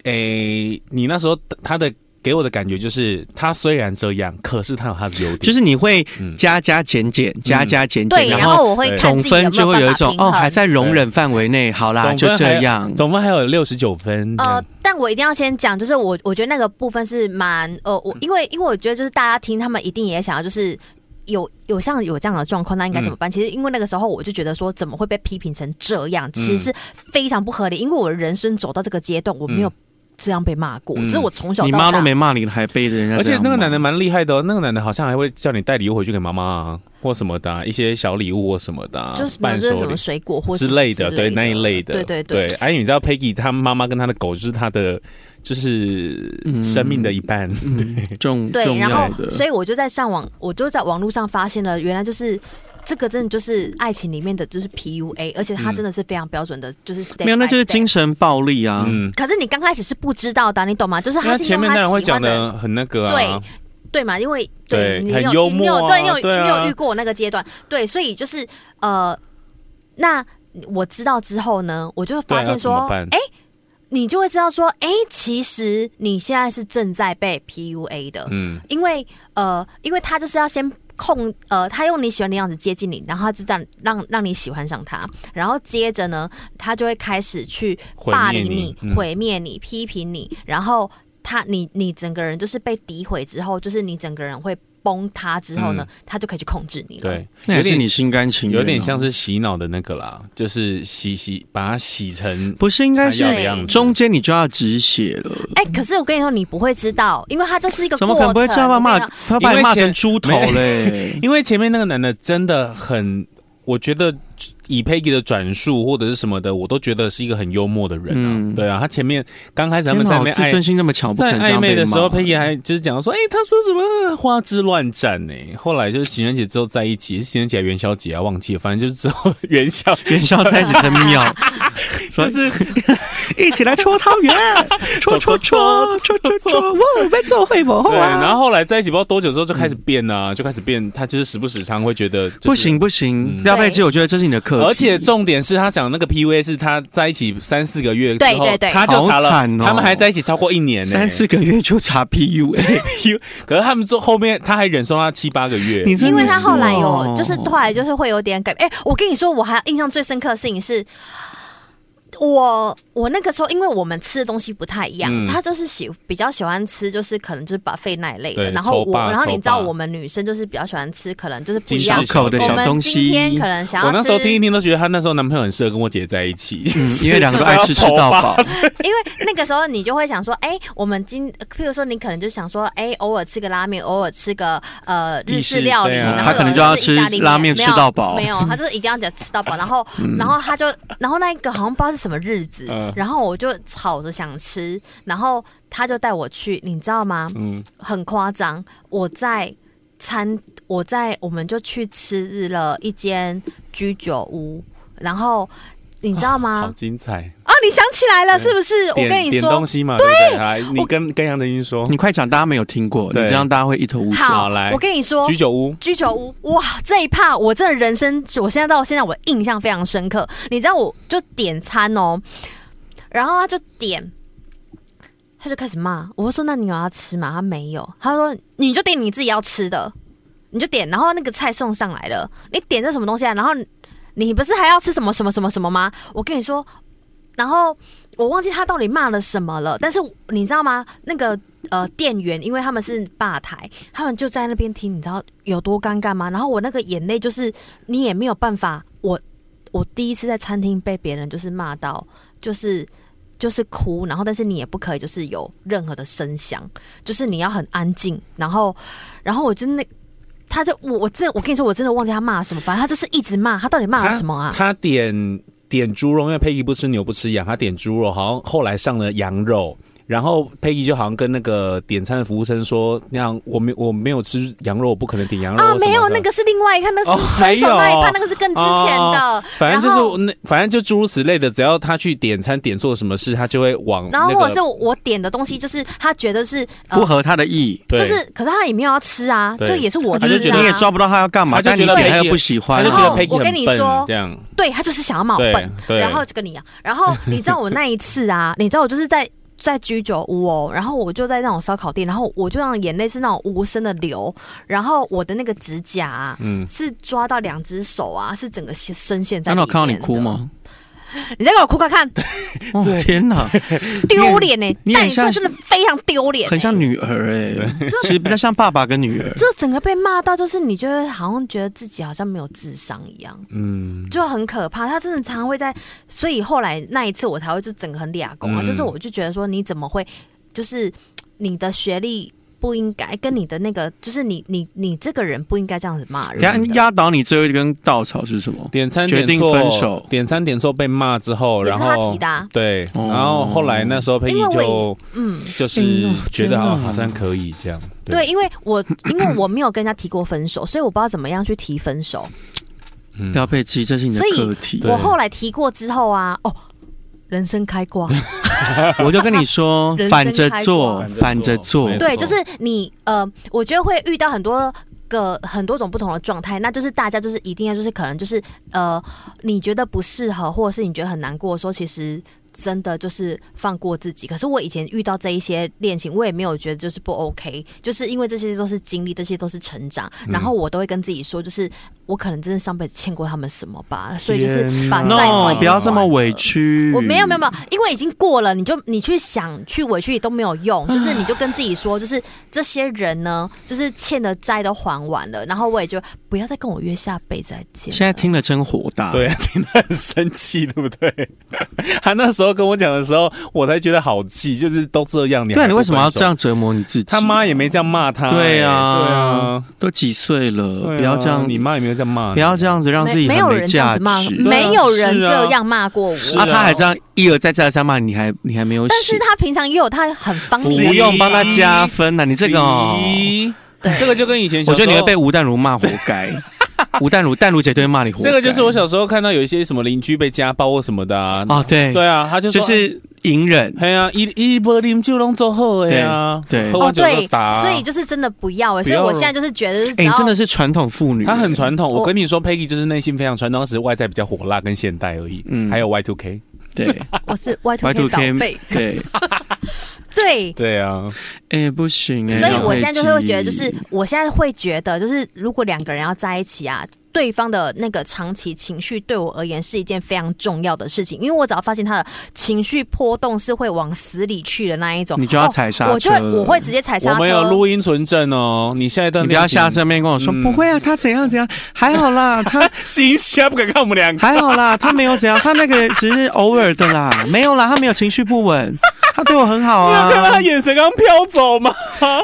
S2: 诶、你那时候她的给我的感觉就是，她虽然这样，可是她有她的优点，
S1: 就是你会
S2: 嗯
S1: 加加减减，加加减减，
S3: 嗯对，
S1: 然
S3: 然
S1: 后
S3: 后我会看
S1: 总
S3: 自己有
S1: 分
S3: 没有
S1: 就会
S3: 办
S1: 有一
S3: 法
S1: 种
S3: 平衡。嗯
S1: 哦，还在容忍范围内，好啦，
S2: 总分
S1: 就
S2: 还
S1: 这
S2: 有
S1: 样。
S2: 总分还有六十九分。
S3: 呃，但我一定要先讲，就是我我觉得那个部分是蛮呃，
S2: 嗯
S3: 我因为因为我觉得就是大家听他们一定也想要就是。有有像有这样的状况，
S2: 嗯
S3: 那应该怎么办？其实因为那个时候我就觉得说，怎么会被批评成这
S2: 嗯
S3: 样，其实是非常不合理。因为我人生走到这个阶段，我没有这样被骂过，
S2: 嗯
S3: 就是我从小
S1: 你
S3: 到
S1: 妈
S3: 大
S1: 都没骂你了，还背着人家这
S2: 而且
S1: 样骂。
S2: 那个男的蛮厉害的、哦，那个男的好像还会叫你带礼物回去给妈妈啊，或什么的啊、一些小礼物或什么的啊、
S3: 就是没有
S2: 伴
S3: 就是
S2: 手
S3: 什么
S2: 礼
S3: 水果或
S2: 之
S3: 什么
S2: 类的，对那一类的，
S3: 对对
S2: 对
S3: 对。。
S2: 哎，你知道 Peggy 她妈妈跟她的狗就是她的，就是
S1: 嗯
S2: 生命的一半。
S1: 嗯重
S3: 对，
S1: 重
S3: 然
S1: 要
S3: 后
S1: 的，
S3: 所以我就在上网，我就在网络上发现了，原来就是这个真的就是爱情里面的就是 PUA，而且它
S2: 嗯
S3: 真的是非常标准的，就是 step
S1: 没有，那
S3: by
S1: 就是
S3: step
S1: 精。神暴力啊。
S2: 嗯，
S3: 可是你刚开始是不知道的啊，你懂吗？就是
S2: 因
S3: 他
S2: 为
S3: 是
S2: 前面
S3: 用
S2: 那
S3: 他
S2: 人会
S3: 喜
S2: 讲
S3: 欢的，
S2: 的很那个
S3: 对
S2: 啊，
S3: 对嘛？因为
S2: 对
S3: 你
S2: 很
S3: 有
S2: 幽
S3: 你有
S2: 默啊
S3: 对你有
S2: 对啊
S3: 你有遇过那个阶段，对，所以就是呃，那我知道之后呢，我就
S2: 对啊，
S3: 发
S2: 要
S3: 现
S2: 怎
S3: 说
S2: 么，办？
S3: 你就会知道说，哎、其实你现在是正在被 PUA 的，
S2: 嗯
S3: 因为呃，因为他就是要先控呃，他用你喜欢的样子接近你，然后他就这样让让你喜欢上他，然后接着呢，他就会开始去
S2: 毁
S3: 霸
S2: 灭
S3: 凌
S2: 你
S3: 你
S2: 嗯、
S3: 毁灭你、批评你，然后他你你整个人就是被诋毁之后，就是你整个人会崩塌之后呢，
S1: 嗯
S3: 他就可以去控制你了。
S2: 对，
S1: 那
S2: 有
S1: 也
S2: 点
S1: 是你心甘情愿啊、
S2: 有点像是洗脑的那个啦，就是洗洗把它洗成
S1: 不是应该
S2: 他要
S1: 是
S2: 的样子
S1: 中间你就要止血了，
S3: 哎、可是我跟你说，你不会知道，因为他就是一个
S1: 怎
S3: 过
S1: 么
S3: 程。啊
S1: 可能不会这样
S3: 我
S1: 骂
S3: 跟你
S1: 骂
S3: 讲？
S1: 他把
S2: 因
S1: 你
S2: 为
S1: 骂
S2: 前？
S1: 成猪头嘞
S2: 因为前面那个男的真的很，我觉得以 Peggy 的转述或者是什么的，我都觉得是一个很幽默的人啊。
S1: 嗯
S2: 对啊，他前面刚开始他
S1: 天
S2: 们在
S1: 哪，
S2: 那
S1: 我
S2: 边
S1: 自
S2: 暧
S1: 尊心这么强，不可
S2: 在
S1: 能这
S2: 暧
S1: 样
S2: 昧的时候
S1: 被骂
S2: ，Peggy 还就是讲说，哎、他说什么花枝乱颤呢、后来就是情人节之后在一起，是情人节还是元宵节啊，忘记了，反正就是之后元宵。
S1: 元宵在一起真妙， 就是 一起来戳汤圆，戳戳戳戳戳戳，哇，被做会不
S2: 对，
S1: 会啊？
S2: 然后后来在一起不知道多久之后就开始变啊，就开始变，他就是时不时常会觉得、就是、嗯
S1: 不行不行，廖佩芝，我觉得这是你的课题，
S2: 而且重点是他讲那个 PUA 是他在一起三四个月之后，
S3: 对对对
S2: 他就查了，
S1: 好惨哦
S2: 他们还在一起超过一年呢、
S1: 三四个月就查 PUA，
S2: 可是他们做后面他还忍受他七八个月，
S1: 你真
S3: 因
S1: 的
S3: 为
S1: 是
S3: 他后来有
S1: 哦，
S3: 就是后来就是会有点改变。哎、我跟你说，我还印象最深刻的事情是，我我那个时候，因为我们吃的东西不太一样，
S2: 嗯
S3: 他就是喜比较喜欢吃，就是可能就是把肺那一类
S2: 对
S3: 的。然后
S2: 抽
S3: 我，
S2: 霸
S3: 然后你
S2: 抽
S3: 知道
S2: 霸
S3: 我们女生就是比较喜欢吃，可能就是不
S2: 精
S3: 一
S2: 致
S3: 样
S1: 小。口的
S3: 我
S1: 小
S3: 们
S1: 东
S3: 今
S1: 西，
S3: 天可能想要
S2: 我
S3: 吃，
S2: 那时候听一听都觉得他那时候男朋友很适合跟我姐在一起，
S1: 嗯
S3: 啊
S1: 因为两个都爱吃吃到 饱，
S3: 因为那个时候你就会想说，哎、我们今，譬如说你可能就想说，哎、偶尔吃个拉面，偶尔吃个呃
S2: 意
S3: 日
S2: 式
S3: 式料理，
S2: 对啊
S3: 然后
S2: 他
S1: 可能
S3: 有
S1: 就要
S3: 的是意大利
S1: 吃拉面
S3: 没
S1: 吃
S3: 有
S1: 到饱嗯
S3: 没有，他就是一定要讲吃到饱，然 后然后他就，然后那一个好像不知道是什么日子
S2: 嗯，
S3: 然后我就吵着想吃，然后他就带我去，你知道吗？
S2: 嗯，
S3: 很夸张，我在餐。我在我们就去吃了一间居酒屋，然后你知道
S1: 啊
S3: 吗？
S2: 好精彩！
S3: 哦，你想起来了是不是？我
S2: 点
S3: 跟你
S2: 点
S3: 说
S2: 东，西嘛，对不对？来，你跟跟杨振英说，
S1: 你快讲，大家没有听过，你
S2: 对
S1: 这样大家会一头雾水。
S2: 好来
S3: 我跟你说
S2: 居，酒屋
S3: 居酒屋，哇，这一趴我真的人生，我现在到现在我印象非常深刻。你知道，我就点餐哦，然后他就点，他就开始骂，我就说那你有要吃吗？他没有，他说你就点你自己要吃的，你就点，然后那个菜送上来了，你点这什么东西啊？然后你不是还要吃什么什么什么什么吗？我跟你说，然后我忘记他到底骂了什么了，但是你知道吗？那个呃店员，因为他们是吧台，他们就在那边听，你知道有多尴尬吗？然后我那个眼泪就是你也没有办法，我我第一次在餐厅被别人就是骂到，就是。就是哭，然后但是你也不可以就是有任何的声响，就是你要很安静。然后，然后我就那，他就我我真的我跟你说，我真的忘记他骂什么，反正他就是一直骂，他到底骂了什么啊？
S2: 他点点猪肉，因为 Peggy 不吃牛不吃羊，他点猪肉，好像后来上了羊肉。然后 Peggy 就好像跟那个点餐的服务生说：“那样我没我没有吃羊肉，我不可能点羊肉。”
S3: 啊，没有，那个是另外一看，那
S2: 哦
S3: 是分手那一
S2: 还有
S3: 趴，那个是更之前的。
S2: 反正
S3: 然
S2: 就
S3: 后
S2: 是那，反正就诸如此类的，只要他去点餐点错什么事，他就会往
S3: 然后
S2: 那
S3: 或者是
S2: 个
S3: 我点的东西，就是他觉得是
S1: 不
S3: 呃，
S1: 合他的意，
S3: 就
S2: 对，
S3: 是可是他也没有要吃啊，
S2: 对
S3: 就也是我
S2: 他就
S3: 吃
S2: 觉得
S1: 你也
S3: 啊。
S1: 抓不到他要干嘛，
S2: 他
S1: 但
S2: 就
S1: 你
S2: 觉得
S1: 点他
S2: Peggy-
S1: 又不喜
S2: 他
S1: 欢啊
S2: 就，觉
S3: 然后
S2: 得 Peggy
S3: 我跟你
S2: 很笨
S3: 说，
S2: 这样
S3: 对他就是想要骂我
S2: 对
S3: 笨，
S2: 对，
S3: 然后就跟你一样。然后你知道我那一次啊，你知道我就是在在居酒屋哦，然后我就在那种烧烤店，然后我就让眼泪是那种无声的流，然后我的那个指甲、啊。
S2: 嗯，
S3: 是抓到两只手啊，是整个深陷在
S1: 难
S3: 里
S1: 道看到你
S3: 面。啊
S1: 哭？吗？
S3: 你再给我哭看看，
S1: 哦天 哪，
S3: 丢脸呢！
S1: 你
S3: 但
S1: 很
S3: 你说
S1: 像
S3: 真的非常丢脸、欸，
S1: 很像女儿哎，其实比较像爸爸跟 女儿。
S3: 就整个被骂到，就是你觉得好像觉得自己好像没有智商一样，
S2: 嗯，
S3: 就很可怕。他真的常常会在，所以后来那一次我才会就整个很俩公啊，
S2: 嗯
S3: 就是我就觉得说你怎么会，就是嘖你的学历不应该跟你的那个，就是你你你这个人不应该这样子骂人
S1: 等下
S3: 的。
S1: 压倒你最后一根稻草是什么？
S2: 点餐
S1: 决
S2: 点
S1: 定
S2: 错，
S1: 分手
S2: 点餐点错被骂之后，
S3: 也
S2: 然
S3: 是他
S2: 后
S3: 提的、啊，
S2: 对，
S1: 哦
S2: 然后后来那时候
S3: 因为
S2: Peggy
S3: 我
S2: 就
S3: 嗯，
S2: 就是觉
S1: 天
S2: 得
S1: 哪
S2: 啊，好像可以这样，
S3: 对，，因为我因为我没有跟人家提过分手，所以我不知道怎么样去提分手。
S2: 嗯
S1: 不要被激，这是你的
S3: 所以
S1: 课题。
S2: 对
S3: 我后来提过之后啊，哦，人生开挂，
S1: 我就跟你说
S3: 人，生
S1: 反着做
S2: 开，挂
S1: 反着做
S2: 没。错
S3: 对，就是你呃，我觉得会遇到很多个很多种不同的状态，那就是大家就是一定要就是可能就是呃，你觉得不适合，或者是你觉得很难过的时候，其实。真的就是放过自己。可是我以前遇到这一些恋情，我也没有觉得就是不 OK，就是因为这些都是经历，这些都是成长。然后我都会跟自己说，就是我可能真的上辈子欠过他们什么吧，所以就是
S2: 天
S3: 把
S2: 哪
S3: 债还
S1: no，
S3: 还
S1: 不要这么委
S3: 了
S1: 屈。
S3: 我没有没有没有，因为已经过了，你就你去想去委屈也都没有用，就是你就跟自己说，就是这些人呢，就是欠的债都还完了，然后我也就不要再跟我约下辈子再见了。
S1: 现在听了真火大。
S2: 对，啊听得很生气，对不对？ 他那时候跟我讲的时候，我才觉得好气，就是都这样，你
S1: 对
S2: 还
S1: 啊，
S2: 不
S1: 你为什么要
S2: 分手
S1: 这？样折磨你自己？
S2: 他妈也没这样骂他、
S1: 对
S2: 啊，对
S1: 啊
S2: 啊，
S1: 都几岁了，
S2: 对啊
S1: 不要这样，
S2: 你妈也没有这样骂你，
S1: 不要这样子让自己
S3: 没
S1: 很
S3: 没有人这
S1: 价
S3: 样子骂，
S1: 值。
S3: 没有人
S2: 是啊
S3: 这样骂过我。
S2: 是
S1: 啊，
S2: 啊
S1: 他还这样一而再再而三骂你，还你还没有
S3: 但
S1: 醒
S3: 是。他平常也有他很方
S1: 不
S3: 便的，
S1: 用帮他加分呐、你这个哦，
S2: 咦
S3: 对
S2: 这个就跟以前小
S1: 我
S2: 时
S1: 觉
S2: 候，
S1: 得你会被吴淡如骂活该。吴淡如，淡如姐对骂你活该。
S2: 这个就是我小时候看到有一些什么邻居被家暴或什么的啊，
S1: 哦，对，
S2: 对啊，他就
S1: 就
S2: 说。
S1: 是隐忍。
S2: 哎呀，一一波啉酒拢做好的呀，
S1: 对对
S2: 喝
S3: 哦
S2: 完酒
S3: 对
S2: 就，打啊。
S3: 所以就是真的不要哎、
S2: 不
S3: 所以
S2: 要
S3: 我
S2: 了
S3: 现在就是觉得，
S1: 哎、
S3: 只要
S1: 你真的是传统妇女、哦
S2: 他很传统。
S3: 我
S2: 我跟你说，Peggy 就是内心非常传统，只是外在比较火辣跟现代而已。
S1: 嗯
S2: 嗯，还有 Y two K。
S1: 对
S3: 哦我是 Y two
S1: Y2K
S3: K 宝贝，
S1: 对，
S3: 对，
S2: 对啊，
S1: 哎、不行哎、
S3: 所以
S1: 杨
S3: 我
S1: 慧
S3: 现在就是会
S1: 琪
S3: 觉得，就是我现在会觉得，就是如果两个人要在一起啊，对方的那个长期情绪对我而言是一件非常重要的事情，因为我只要发现他的情绪波动是会往死里去的那一种，
S1: 你就要踩刹车、
S3: 哦，我就会我会，直接踩
S2: 我
S3: 刹车。哦
S2: 们有录音存证哦。你下一段
S1: 你不要
S2: 恋情
S1: 下 这面跟我说、
S2: 嗯
S1: 不会啊，他怎样怎样，还好啦，他
S2: 心虚，不敢看我们两个。
S1: 还好啦，他没有怎样，他那个只是偶尔的啦，没有啦，他没有情绪不稳，他对我很好
S2: 你有看 到
S1: 啊
S2: 他。眼神刚飘走吗？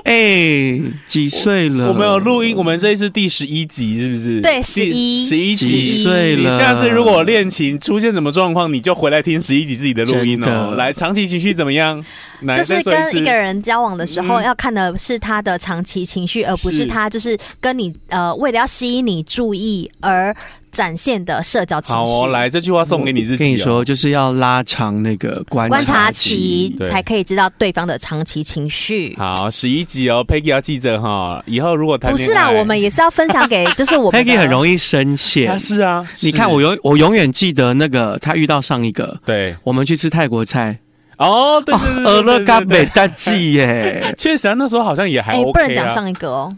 S1: 哎、几岁了？
S2: 我们有录音，我们这一次第十一集，是不是？
S3: 对
S2: 第
S3: 11
S2: 十一
S1: 几
S2: 集。
S1: 岁
S2: 你
S1: 了？
S2: 下次如果恋情出现什么状况，你就回来听十一集自己的录音
S1: 真的
S2: 哦。来，长期情绪怎么样？来
S3: 就
S2: 再
S3: 是
S2: 说一
S3: 跟
S2: 次
S3: 一个人交往的时候，
S2: 嗯
S3: 要看的是他的长期情绪，而不是
S2: 是
S3: 他就是跟你呃，为了要吸引你注意而展现的社交情
S2: 好
S3: 绪。
S2: 哦，来这句话送给你自己、哦。
S1: 跟你说，就是要拉长那个观
S3: 观察
S1: 期。
S3: 期
S2: 对
S3: 才可以知道对方的长期情绪。
S2: 好，十一集哦，Peggy 要记着哈，以后如果谈
S3: 不
S2: 恋
S3: 是啦，
S2: 爱
S3: 我们也是要分享 给，就是我们
S1: Peggy 很
S3: 易。
S1: 容易生气
S2: 啊，是啊，
S1: 你看
S2: 是
S1: 我永我永远记得那个他遇到上一个，
S2: 对
S1: 我们去吃泰国菜，呃
S2: 哦，对对对对对对
S1: 俄勒冈
S2: 对
S1: 美大记 耶，
S2: 确实啊，那时候好像也还
S3: 哎，不
S2: OK
S3: 能讲
S2: 啊，
S3: 上一个哦，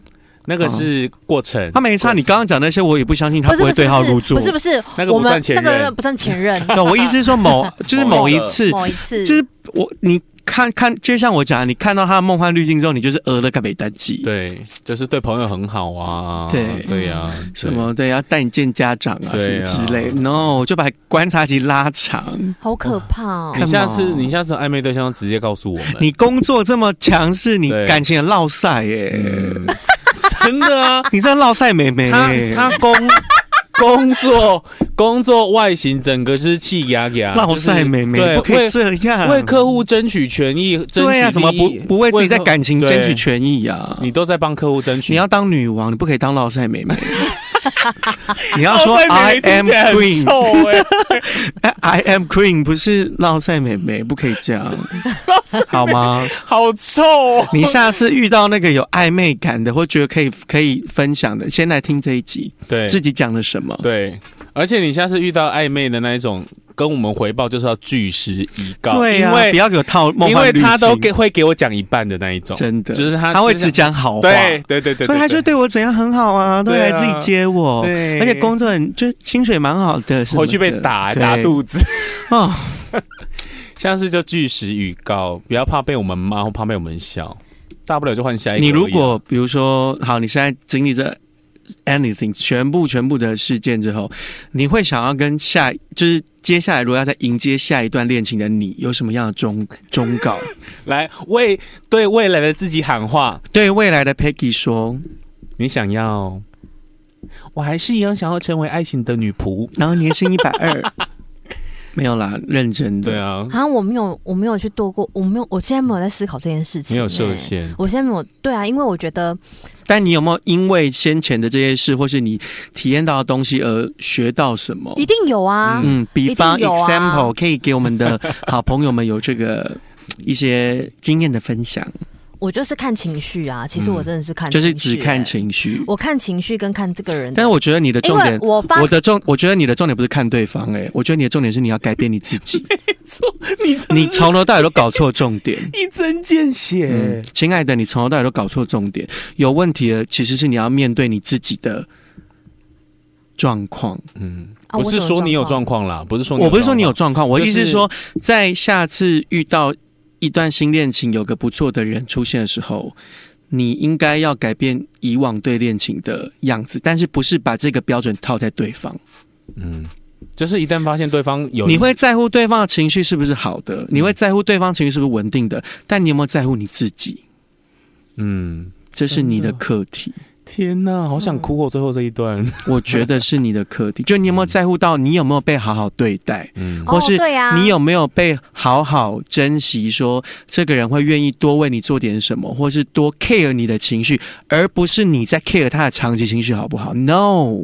S2: 那个是过程，
S1: 他没差。啊你刚刚讲那些，我也不相信他
S3: 不是
S1: 不
S3: 不
S1: 会
S3: 是
S1: 对号入
S3: 不是
S1: 座
S3: 不。是不是，
S2: 那个
S3: 我
S2: 不
S3: 们
S2: 算前
S3: 那个
S2: 任
S3: 不算前任，
S1: 那我意思是说 某 就是某一
S2: 某个
S1: 次，
S3: 某一次
S1: 就是我你看看，就像我讲的，你看到他的梦幻滤镜之后，你就是呃俄勒冈美大记。
S2: 对，就是对朋友很好啊，
S1: 对
S2: 对呀、啊，
S1: 什么对，要带你见家长啊，什
S2: 对
S1: 么
S2: 啊
S1: 之类的。No，就把观察期拉长。
S3: 好可怕哦
S2: 对？。你下次
S1: Come on
S2: 你下次暧昧对象直接告诉我们，
S1: 你工作这么强势，你
S2: 对
S1: 感情也落赛耶，
S2: 嗯、 真的啊，
S1: 你这落赛妹妹
S2: 他
S1: 耶，
S2: 他工工作工作外形整个是气压压，
S1: 落赛
S2: 啊就是
S1: 妹妹
S2: 对
S1: 不可以
S2: 为
S1: 这样，
S2: 为客户争取权益，争取
S1: 嗯对呀，啊怎么不
S2: 利益
S1: 不为自己在
S2: 客
S1: 感情争取
S2: 对
S1: 权益啊？
S2: 你都在帮客户争取，
S1: 你要当女王，你不可以当落赛妹 妹。你要
S2: 哦
S1: 说
S2: 妹妹
S1: I
S2: 听
S1: am
S2: 起来很
S1: queen，I
S2: 臭 哎
S1: am queen 不是落赛妹妹，不可以这 样，好吗？
S2: 好臭哦。
S1: 你下次遇到那个有暧昧感的，或觉得可以可以分享的，先来听这一集，
S2: 对
S1: 自己讲了什么。
S2: 对，而且你下次遇到暧昧的那一种，跟我们回报就是要据实以告，
S1: 对呀、
S2: 啊因
S1: 不
S2: 为
S1: 要给我套梦
S2: 因
S1: 幻
S2: 为
S1: 滤镜
S2: 他都给会给我讲一半的那一种，
S1: 真的，
S2: 就是他
S1: 他会
S2: 就是
S1: 只讲好话，
S2: 对对对对，
S1: 所以他
S2: 对
S1: 就对我怎样很好啊，都
S2: 对啊
S1: 来自己接我，
S2: 对
S1: 而且工作很就是薪水蛮好的，什么
S2: 回
S1: 的
S2: 去被打
S1: 对
S2: 打肚 子，
S1: 哦，
S2: 下次就据实以告，不要怕被我们骂或怕被我们笑，大不了就换下一个而
S1: 你
S2: 已啊。
S1: 如果比如说，好，你现在经历这 anything 全部全部的事件之后，你会想要跟下就是接下来如果要再迎接下一段恋情的你，有什么样的忠忠 告？
S2: 来为对未来的自己喊话，
S1: 对未来的 Peggy 说，
S2: 你想要，我还是一样想要成为爱情的女仆。
S1: 然后年薪一百二， 没有啦，认真的。
S2: 对啊，
S3: 好像我没有，我没有去度过，我没有，我现在没有在思考这件事情、
S2: 没有设
S3: 欸。
S2: 限，
S3: 我现在没有，对啊，因为我觉得
S1: 哦但你有没有因为先前的这些事，或是你体验到的东西而学到什么？
S3: 一定有啊，
S1: 嗯，比方
S3: 一定有啊
S1: example，、可以给我们的好朋友们有这个一些经验的分享，
S3: 我就是看情绪啊。其实我真的是看
S1: 嗯就
S3: 情绪欸、
S1: 是只看情绪。
S3: 我看情绪跟看这个人的，
S1: 但是我觉得你的重
S3: 因
S1: 点，
S3: 为我发
S1: 我的重，我觉得你的重点不是看对方、哎，我觉得你的重点是你要改变你自 己。
S2: 你真的
S1: 你从头到尾都搞错重点。
S2: 一针见血
S1: 嗯，亲爱的，你从头到尾都搞错重点。有问题的其实是你要面对你自己的状况。
S2: 嗯，
S3: 啊
S2: 不是说你有
S3: 我什么
S2: 状况啦，不是说
S1: 我不是说你有
S2: 状
S1: 状况，我
S2: 就
S1: 意思是
S2: 是
S1: 说，在下次遇到一段新恋情，有个不错的人出现的时候。你应该要改变以往对恋情的样子，但是不是把这个标准套在对方？
S2: 况，嗯，就是一旦发现对方有嗯
S1: 你会在乎对方的情绪是不是好的？你会在乎对方情绪是不是稳定的？但你有没有在乎你自己？
S2: 嗯，
S1: 这是你的
S2: 真的
S1: 课题。
S2: 天哪，好想哭哦，最后这一段，
S1: 我觉得是你的课题，就你有没有在乎到你有没有被好好对待，
S2: 嗯
S1: 我或是
S3: 哦、对啊，
S1: 你有没有被好好珍惜说，这个人会愿意多为你做点什么，或是多 care 你的情绪，而不是你在 care 他的长期情绪好不好？No，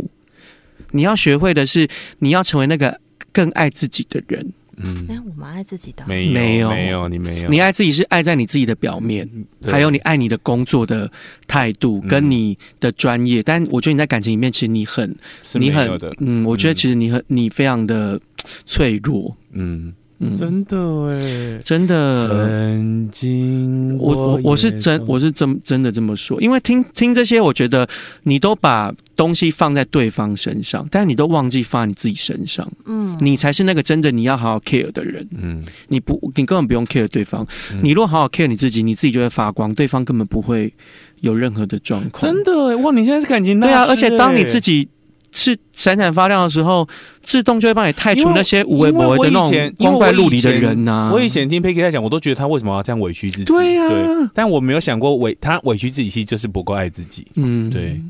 S1: 你要学会的是，你要成为那个更爱自己的人。
S3: 哎、
S2: 嗯，
S3: 我蛮爱自己的，
S2: 没有
S1: 没有
S2: 没有你没有
S1: 你爱自己是爱在你自己的表面，
S2: 对
S1: 还有你爱你的工作的态度
S2: 嗯
S1: 跟你的专业。但我觉得你在感情里面，其实你很，
S2: 是没
S1: 你
S2: 有
S1: 很
S2: 的，，
S1: 嗯，我觉得
S2: 嗯
S1: 其实你很，你非常的脆弱，
S2: 嗯，
S1: 嗯，
S2: 真的哎。
S1: 真的。
S2: 曾经
S1: 我我我是真我是真真的这么说，因为听听这些，我觉得你都把东西放在对方身上，但你都忘记放在你自己身上，
S3: 嗯，
S1: 你才是那个真的你要好好 care 的人。
S2: 嗯
S1: 你不，你根本不用 care 对方
S2: 嗯。
S1: 你若好好 care 你自己，你自己就会发光，对方根本不会有任何的状况。
S2: 真的哎哇，你现在是感情大
S1: 对
S2: 师
S1: 啊，而且当你
S2: 哎
S1: 自己是闪闪发亮的时候，自动就会帮你汰除那些无微不为的
S2: 因为
S1: 那
S2: 我以前
S1: 种光怪陆离的人呐、
S2: 我以前听 Peggy 在讲，我都觉得他为什么要这样委屈自己？
S1: 啊对啊
S2: 但我没有想过委他委屈自己，其实就是不够爱自己。
S1: 嗯
S2: 对，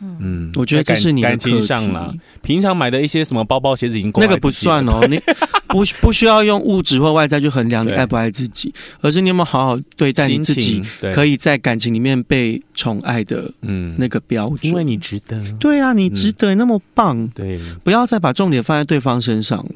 S2: 嗯，
S1: 我觉得这
S2: 在感
S1: 是你的
S2: 感情
S1: 课
S2: 上
S1: 题
S2: 啦，平常买的一些什么包包、鞋子已经够
S1: 那
S2: 爱
S1: 个
S2: 自
S1: 不
S2: 己了
S1: 算哦，你 不不需要用物质或外在去衡量你
S2: 对
S1: 爱不爱自己，而是你有没有好好对待你
S2: 心
S1: 自
S2: 情
S1: 己，
S2: 对，
S1: 可
S2: 以，
S1: 以在感情里面被宠爱的
S2: 嗯，
S1: 那个标准。
S2: 因为你值得，
S1: 对啊，你值得，你那么棒，
S2: 对，
S1: 不要再把重点放在对方身上了。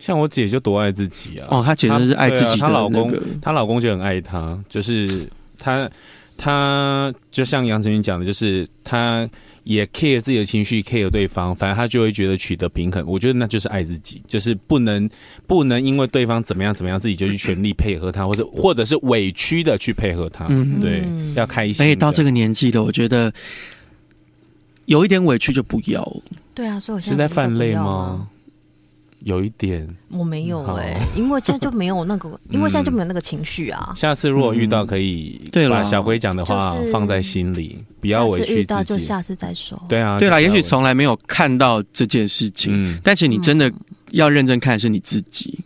S2: 像我姐就多爱自己啊，
S1: 哦，她简直是爱自己的
S2: 她对啊她老
S1: 那
S2: 公
S1: 个。哎
S2: 她老公就很爱她，就是她，她就像杨丞琳讲的，就是她也 care 自己的情绪，care 对方，反正她就会觉得取得平衡。我觉得那就是爱自己，就是不能不能因为对方怎么样怎么样，自己就去全力配合他，或者或者是委屈的去配合他。
S1: 嗯
S2: 对
S3: 嗯，
S2: 要开心。
S1: 而且到这
S2: 个
S1: 个年纪了，我觉得有一点委屈就不要了。
S3: 对啊，所以我现
S2: 是在
S3: 不
S2: 犯累
S3: 要啊
S2: 吗？？有一点，
S3: 我没有
S2: 好
S3: 哎、因为现在就没有那个，因为现在就没有那个情绪啊。
S2: 下次如果遇到，
S1: 嗯
S2: 可以
S1: 对
S2: 把
S1: 啦
S2: 小龟讲的话
S3: 就是
S2: 放在心里，不
S3: 不
S2: 要委屈
S3: 遇到
S2: 自
S3: 就
S2: 己。
S3: 下次再说。
S2: 对啊，
S1: 对啦，
S2: 就
S1: 也
S2: 不要
S1: 许
S2: 委
S1: 从来没有看到这件事情，
S2: 嗯，
S1: 但是你真的
S3: 嗯
S1: 要认真看是你自己，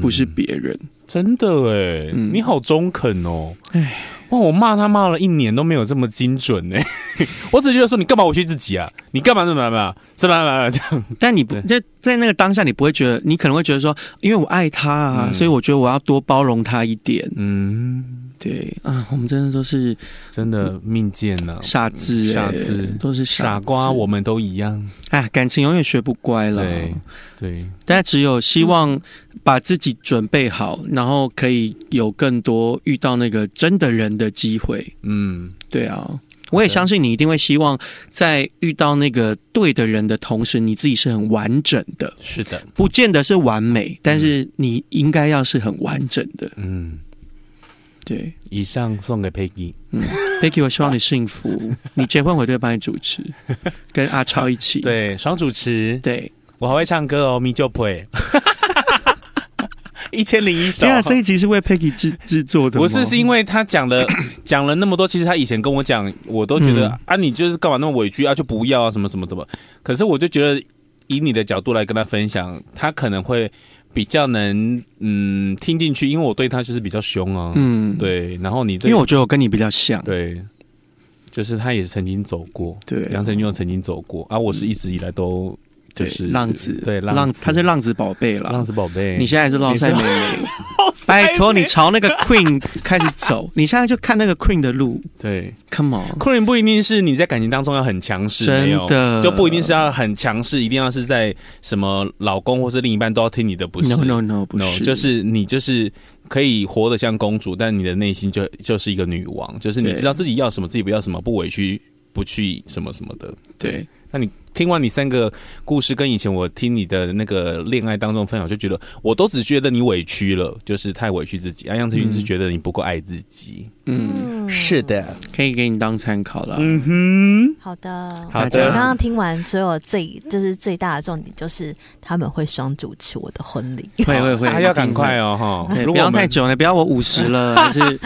S1: 不是
S2: 嗯
S1: 别人。
S2: 真的哎，
S1: 嗯
S2: 你好中肯哦。
S1: 唉
S2: 哇，我骂他骂了一年都没有这么精准哎， 我只觉得说你干嘛委屈自己啊？你干嘛这么嘛这么嘛这样？
S1: 但你不在在那个当下，你不会觉得，你可能会觉得说，因为我爱他啊，
S2: 嗯
S1: 所以我觉得我要多包容他一点。
S2: 嗯，
S1: 对啊，我们真的都是
S2: 真的命贱呐，
S1: 傻子、欸，
S2: 嗯傻子
S1: 都是傻
S2: 傻瓜，
S1: 子
S2: 我们都一样。
S1: 哎，感情永远学不乖了。
S2: 对对，
S1: 但只有希望把自己准备好，然后可以有更多遇到那个真的人的机会。
S2: 嗯，
S1: 对啊，我也相信你一定会希望，在遇到那个对的人的同时，你自己是很完整的，
S2: 是的，
S1: 不见得是完美，但是你应该要是很完整的。
S2: 嗯。
S1: 对
S2: 以上送给 Peggy，
S1: ，Vicky，我希望你幸福。你结婚我就会帮你主 持，跟阿超一起。
S2: 对，双主持，
S1: 对，
S2: 我还会唱歌哦，咪就 配，一千零一首
S1: 天。啊，这一集是为 Peggy 制制作的吗，
S2: 不是，是因为他 讲了讲了那么多，其实他以前跟我讲，我都觉得、
S1: 嗯
S2: 啊，你就是干嘛那么委屈啊，就不要啊，什么什么什么。可是我就觉得，以你的角度来跟他分享，他可能会比较能嗯听进去，因为我对他就是比较凶啊，
S1: 嗯，，
S2: 对。然后你
S1: 因
S2: 对
S1: 为我觉得我跟你比较像。
S2: 对，就是他也曾经走过，
S1: 对
S2: 杨丞琳又曾经走过啊，我是一直以来都就
S1: 对
S2: 是
S1: 浪子，
S2: 对
S1: 浪
S2: 浪
S1: 他是浪子宝贝
S2: 浪
S1: 啦。
S2: 子宝贝，
S1: 你现在是浪赛妹 妹，拜
S2: 拜
S1: 托你朝那 个 Queen 开始走，你现在就看那个 Queen 的路
S2: 对。
S1: ，Come on，
S2: 困难不一定是你在感情当中要很强势，
S1: 真
S2: 没有
S1: 的
S2: 就不一定是要很强势，一定要是在什么老公或是另一半都要听你的，不是
S1: No No No，不
S2: no，
S1: 是，
S2: 就是你就是可以活得像公主，但你的内心就就是一个女王，就是你
S1: 对
S2: 知道自己要什么，自己不要什么，不委屈，不去什么什么的。
S1: 对，
S2: 那你听完你三个故事，跟以前我听你的那个恋爱当中分享，就觉得我都只觉得你委屈了，就是太委屈自己。啊，杨丞琳是
S1: 嗯
S2: 觉得你不够爱自己。
S1: 嗯，
S3: 嗯，
S2: 的，
S1: 可以给你当参考了。
S2: 嗯哼，
S3: 好的，
S2: 好
S1: 对
S3: 我
S1: 啊
S2: 的，
S3: 刚刚听完所有最就是最大的重点就是他们会双主持我的婚礼，
S1: 会会会，
S2: 还要赶快哦哈，
S1: 对，
S2: 如
S1: 不
S2: 果我
S1: 要太
S2: 们
S1: 久了，不要我五十 了，还是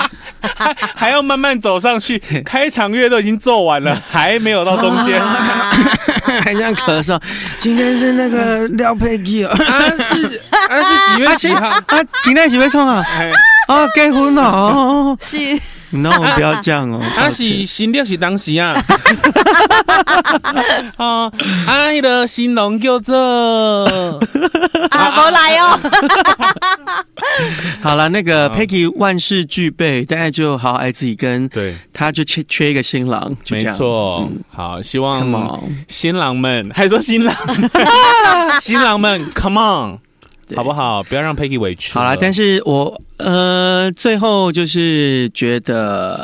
S2: 还要慢慢走上 去，开场乐都已经做 完了，还没有到中间，
S1: 还这样咳嗽。今天是那个
S2: 嗯
S1: 廖佩基 哦，
S2: 那是几月几号？
S1: 啊，今天几位冲啊？
S2: 哎
S1: 啊，结婚了哦哦
S3: 是
S1: 哦，No，不要这样 哦。
S2: 啊
S1: 抱
S2: 是
S1: 歉
S2: 新历是当时 啊，哦，啊迄个新郎叫 做。
S3: 啊，我来哦，
S1: 好了，那个
S2: 好
S1: Peggy 万事俱备，大家就好好爱自己，跟
S2: 对，
S1: 他就缺缺一个新郎，就
S2: 没
S1: 这样。
S2: 错。好，希望
S1: ，Come on，
S2: 新郎们，还说 新郎，新郎们，Come on，
S1: 对
S2: 好不好？不要让 Peggy 委屈。
S1: 好啦，但
S2: 是
S1: 是我呃，最后就是觉得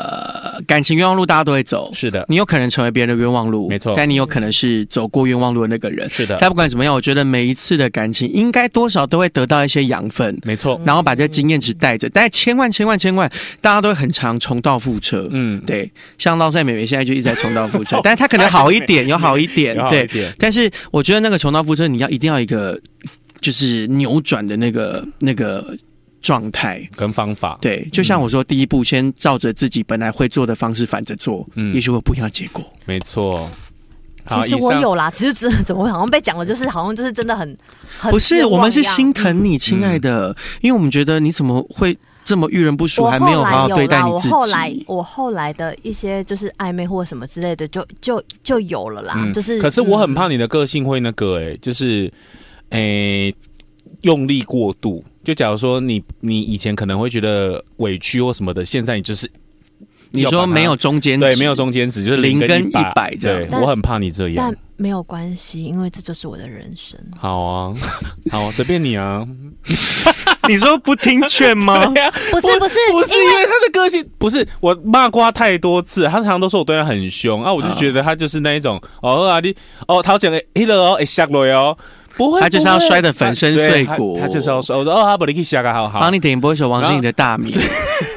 S1: 呃感情冤枉路大家都会走，
S2: 是的，
S1: 你有可能成为别人的冤枉路，
S2: 没错
S1: 但你有可能是走过冤枉路的那个人。
S2: 是的，
S1: 但不管怎么样，我觉得每一次的感情应该多少都会得到一些养分，
S2: 没错。
S1: 然后把这经验值带着。但千万千万千万，大家都会很常重蹈覆辙。
S2: 嗯，
S1: 对，像浪赛美眉现在就一直在重蹈覆 辙，但是她可能好一点，有好一点
S2: 欸有，好一
S1: 对。
S2: 点，
S1: 但是我觉得那个重蹈覆辙，你要一定要一个就是扭转的那个那个状态。
S2: 跟方法，
S1: 对，就像我说，第一步先照着自己本来会做的方式反着做，
S2: 嗯
S1: 也许会有不一样的结果。
S2: 没错。
S3: 其
S2: 好，
S3: 实
S2: 以
S3: 我
S2: 上
S3: 有啦，只是只怎么好像被讲了，就是好像就是真的很很
S1: 不是，
S3: 冤枉
S1: 我们是
S3: 一样
S1: 心疼你，亲爱的，因为我们觉得你怎么会这么遇人不淑，
S3: 我
S1: 还没
S3: 后来
S1: 好好对待
S3: 啦
S1: 你
S3: 我
S1: 自
S3: 后来
S1: 己。
S3: 我后来的一些就是暧昧或什么之类的，就就就有了啦。
S2: 嗯
S3: 就是，
S2: 可是我很怕
S3: 嗯
S2: 你的个性会那个、欸，哎，就是，哎、用力过度。就假如说你你以前可能会觉得委屈或什么的，现在你就是
S1: 你
S2: 要把
S1: 说
S2: 它
S1: 没有中间
S2: 对
S1: 值
S2: 没有中间值，就是
S1: 零
S2: 跟
S1: 跟
S2: 一
S1: 100这样
S2: 对，我很怕你这样
S3: 但。没有关系，因为这就是我的人生。
S2: 好啊， 好啊，随便你啊。
S1: 你说不听劝
S3: 啊
S1: 吗？
S3: 不是不是，
S2: 不是因为他的个性，不是我骂过他太多次，他常常都说我对他很凶啊，我就觉得他就是那一种哦啊你哦，他讲诶，那个哦，诶，下落哦，不会，
S1: 他就是要
S2: 不会
S1: 摔得粉身碎骨
S2: 对他他就是要摔，我说哦，他把你给下个好好
S1: 帮。你点播一首王心凌的《大 眠》，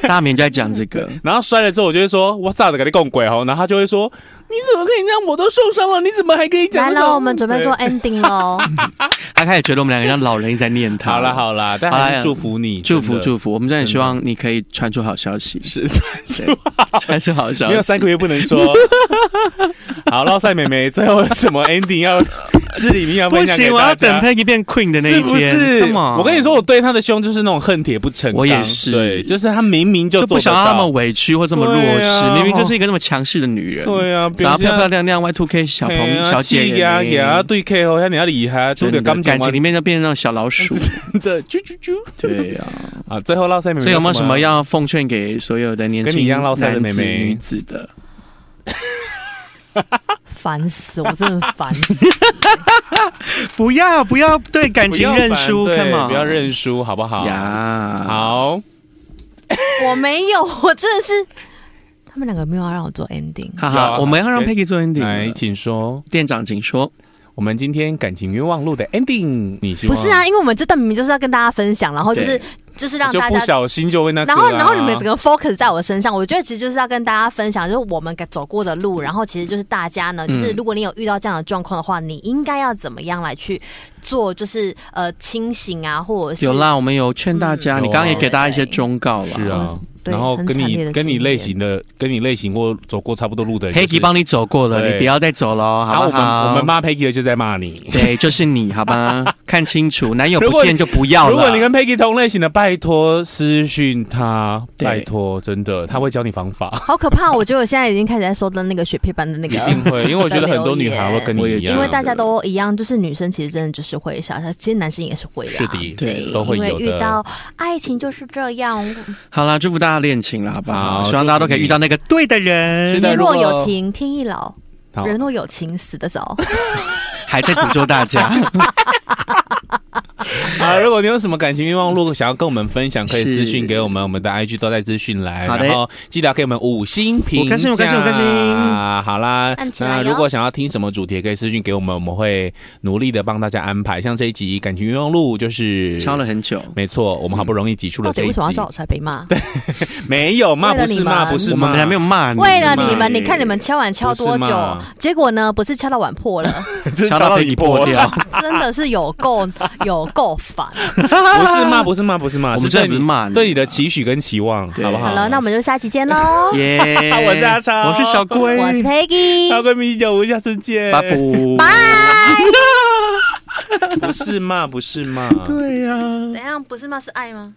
S1: 大眠就在讲这个。
S2: 然后摔了之后，我就会说：“我咋的给你共鬼哦？”然后他就会说：“你怎么可以这样？我都受伤了，你怎么还可以讲
S3: 来
S2: 这种？”
S3: 喽，我们准备
S2: 对
S3: 做 ending 喽。
S1: 他开始觉得我们两个像老人一直在念他。
S2: 好了，好了，但还
S1: 好
S2: 是
S1: 啦
S2: 祝福你，
S1: 哎祝福
S2: 福
S1: 祝福，我们真的
S2: 真的
S1: 希望你可以传出好消息，
S2: 是。
S1: 对传出好消息。
S2: 没有三个月不能 说。好，捞赛妹妹，最后有什么 ending 要至理名言
S1: 不
S2: 分享给
S1: 行，我要
S2: 大
S1: 等
S2: 家？
S1: Peggy 变 Queen 的那
S2: 是
S1: 一
S2: 不
S1: 天。
S2: 是？
S1: Come on
S2: 我跟你说，我对他的凶就是那种恨铁不成钢。
S1: 我也是
S2: 对，就是他明明就
S1: 就不
S2: 做得
S1: 想让他
S2: 到
S1: 们委屈或这么弱
S2: 对
S1: 势，
S2: 啊
S1: 明明就是一个那么强势的女人。
S2: 对啊，
S1: 然后漂漂
S2: 的
S1: 亮亮 Y Two K 小
S2: 哎
S1: 朋小姐
S2: 给啊给啊，
S1: 耶，
S2: 对 K 哦，像你要厉害，就
S1: 真
S2: 个
S1: 的
S2: 感
S1: 感
S2: 完
S1: 情里面就变成那种小老 鼠。
S2: 的啾啾啾
S1: 对啊，
S2: 啊！最后捞赛妹妹，
S1: 所以有没有什么？要奉劝给所有的年
S2: 跟你
S1: 轻
S2: 一样落塞的
S1: 男子
S2: 妹妹
S1: 女子的？
S3: 烦死，我真的烦 死。
S1: 不要不要对感情认输
S2: 不要烦
S1: ，Come
S2: 对
S1: on，
S2: 不要认输，好不好？
S1: 呀，，
S2: 好，
S3: 我没有，我真的是，他们两个没有要让我做 ending。
S1: 哈
S2: 有啊
S1: 哈，我们要让
S2: 对
S1: Peggy 做 ending
S2: 来，
S1: 了。
S2: 请说。
S1: 店长，请说。
S2: 我们今天感情冤枉路的 ending，你希
S3: 不
S2: 望
S3: 是啊，因为我们这段明明就是要跟大家分享，然后就是就是让
S2: 就
S3: 大
S2: 不
S3: 家。
S2: 小心就会那个、
S3: 然
S2: 啊，
S3: 后，然后你们整个 focus 在我身上，我觉得其实就是要跟大家分享，就是我们走过的路，然后其实就是大家呢，就是
S1: 嗯
S3: 如果你有遇到这样的状况的话，你应该要怎么样来去做，就是呃清醒啊，或者是
S1: 有啦，我们有劝大家，
S2: 嗯
S1: 你刚刚也给大家一些
S3: 有啊
S1: 忠告了。
S2: 是啊，
S3: 对
S2: 然后
S3: 很
S2: 跟
S3: 惨烈
S2: 你
S3: 的
S2: 跟你
S3: 经
S2: 类
S3: 验
S2: 型的跟你类型或走过差不多路的人、就是，
S1: Peggy 帮你走过了，
S2: 对
S1: 你不要再走了，
S2: 啊，
S1: 好
S2: 我
S1: 不
S2: 们
S1: 好？
S2: 我们骂 Peggy 的就在骂你。
S1: 对，就是你，好 吧？看清楚，男友
S2: 如
S1: 不
S2: 果
S1: 见就不要了。
S2: 如果你跟 Peggy 同类型的，拜托私讯他，
S1: 对
S2: 拜托，真的，他会教你方法，
S3: 好可怕！我觉得我现在已经开始在收到那个雪片般的那
S2: 一
S3: 个
S2: 定会，因为我觉得很多女孩会跟你
S1: 我也
S2: 一
S1: 觉
S2: 样，
S1: 得
S3: 因为大家都一样，就是女生其实真的就是会傻傻，其实男生也是会的、啊，
S2: 是的
S3: 对，
S2: 都会
S3: 因为
S2: 有的哎
S3: 遇到爱情就是这样，
S1: 好啦，祝福大家恋情啦，好不好？
S2: 好
S1: 希望大家都可以遇到那个对的人。
S2: 是的
S3: 天若
S2: 如果
S3: 有情天亦老，
S2: 好
S3: 人若有情死得早。
S1: 还在诅咒大 家，
S2: 啊，如果你有什么感情愿望，如果想要跟我们分享，可以私讯
S1: 是
S2: 给我们，我们的 IG 都在资讯栏，
S1: 好的
S2: 然后记得要给我们五星评价。
S1: 五颗星五颗星五颗星
S2: 好啦
S3: 按，起来
S2: 那
S3: 哟
S2: 如果想要听什么主题，也可以私讯给我们，我们会努力的帮大家安排。像这一集感情愿望录就是
S1: 敲了，很久，
S2: 没错，我们好不容易挤出了
S3: 到
S2: 这
S3: 底为
S2: 一集
S3: 什么要，叫我出来被骂？
S2: 没有骂
S3: 为了
S2: 不
S3: 你
S2: 是骂
S3: 们
S2: 不是
S1: 我
S2: 骂，
S1: 们还没有骂你，
S3: 为了
S2: 不是
S3: 你
S2: 嘛
S3: 们，你看你们敲碗敲多
S2: 不是
S3: 久
S2: 嘛？
S3: 结果呢，不是敲到碗 破了，
S2: 就是
S1: 敲
S2: 敲到
S1: 到
S2: 你
S1: 你
S2: 破
S1: 破
S2: 掉，
S1: 掉。
S3: 真的是有够有 够烦。
S2: 啊不是骂不是骂不是骂，
S1: 我们
S2: 是
S1: 真
S2: 对
S1: 的不是
S2: 你
S1: 骂你
S2: 对你的期许跟期望，
S1: 对。
S2: 好不好？
S3: 好了，那我们就下期见喽
S1: 耶！
S2: 我是阿超
S1: 我是小龟，
S3: 我 是
S2: 好
S3: Peggy，
S2: 闺蜜酒，我们下次见，
S1: 巴布。
S2: 不是嘛，不是嘛，啊
S1: 对呀、
S3: 怎样？不是骂是爱吗？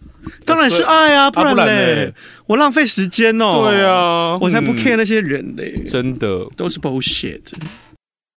S1: 当然是爱啊，不然
S2: 不然
S1: 嘞，
S2: 嘞
S1: 我浪费时间哦。
S2: 对，啊，
S1: 我才不
S2: 嗯
S1: care 那些人嘞，
S2: 真的。
S1: 都是 bullshit。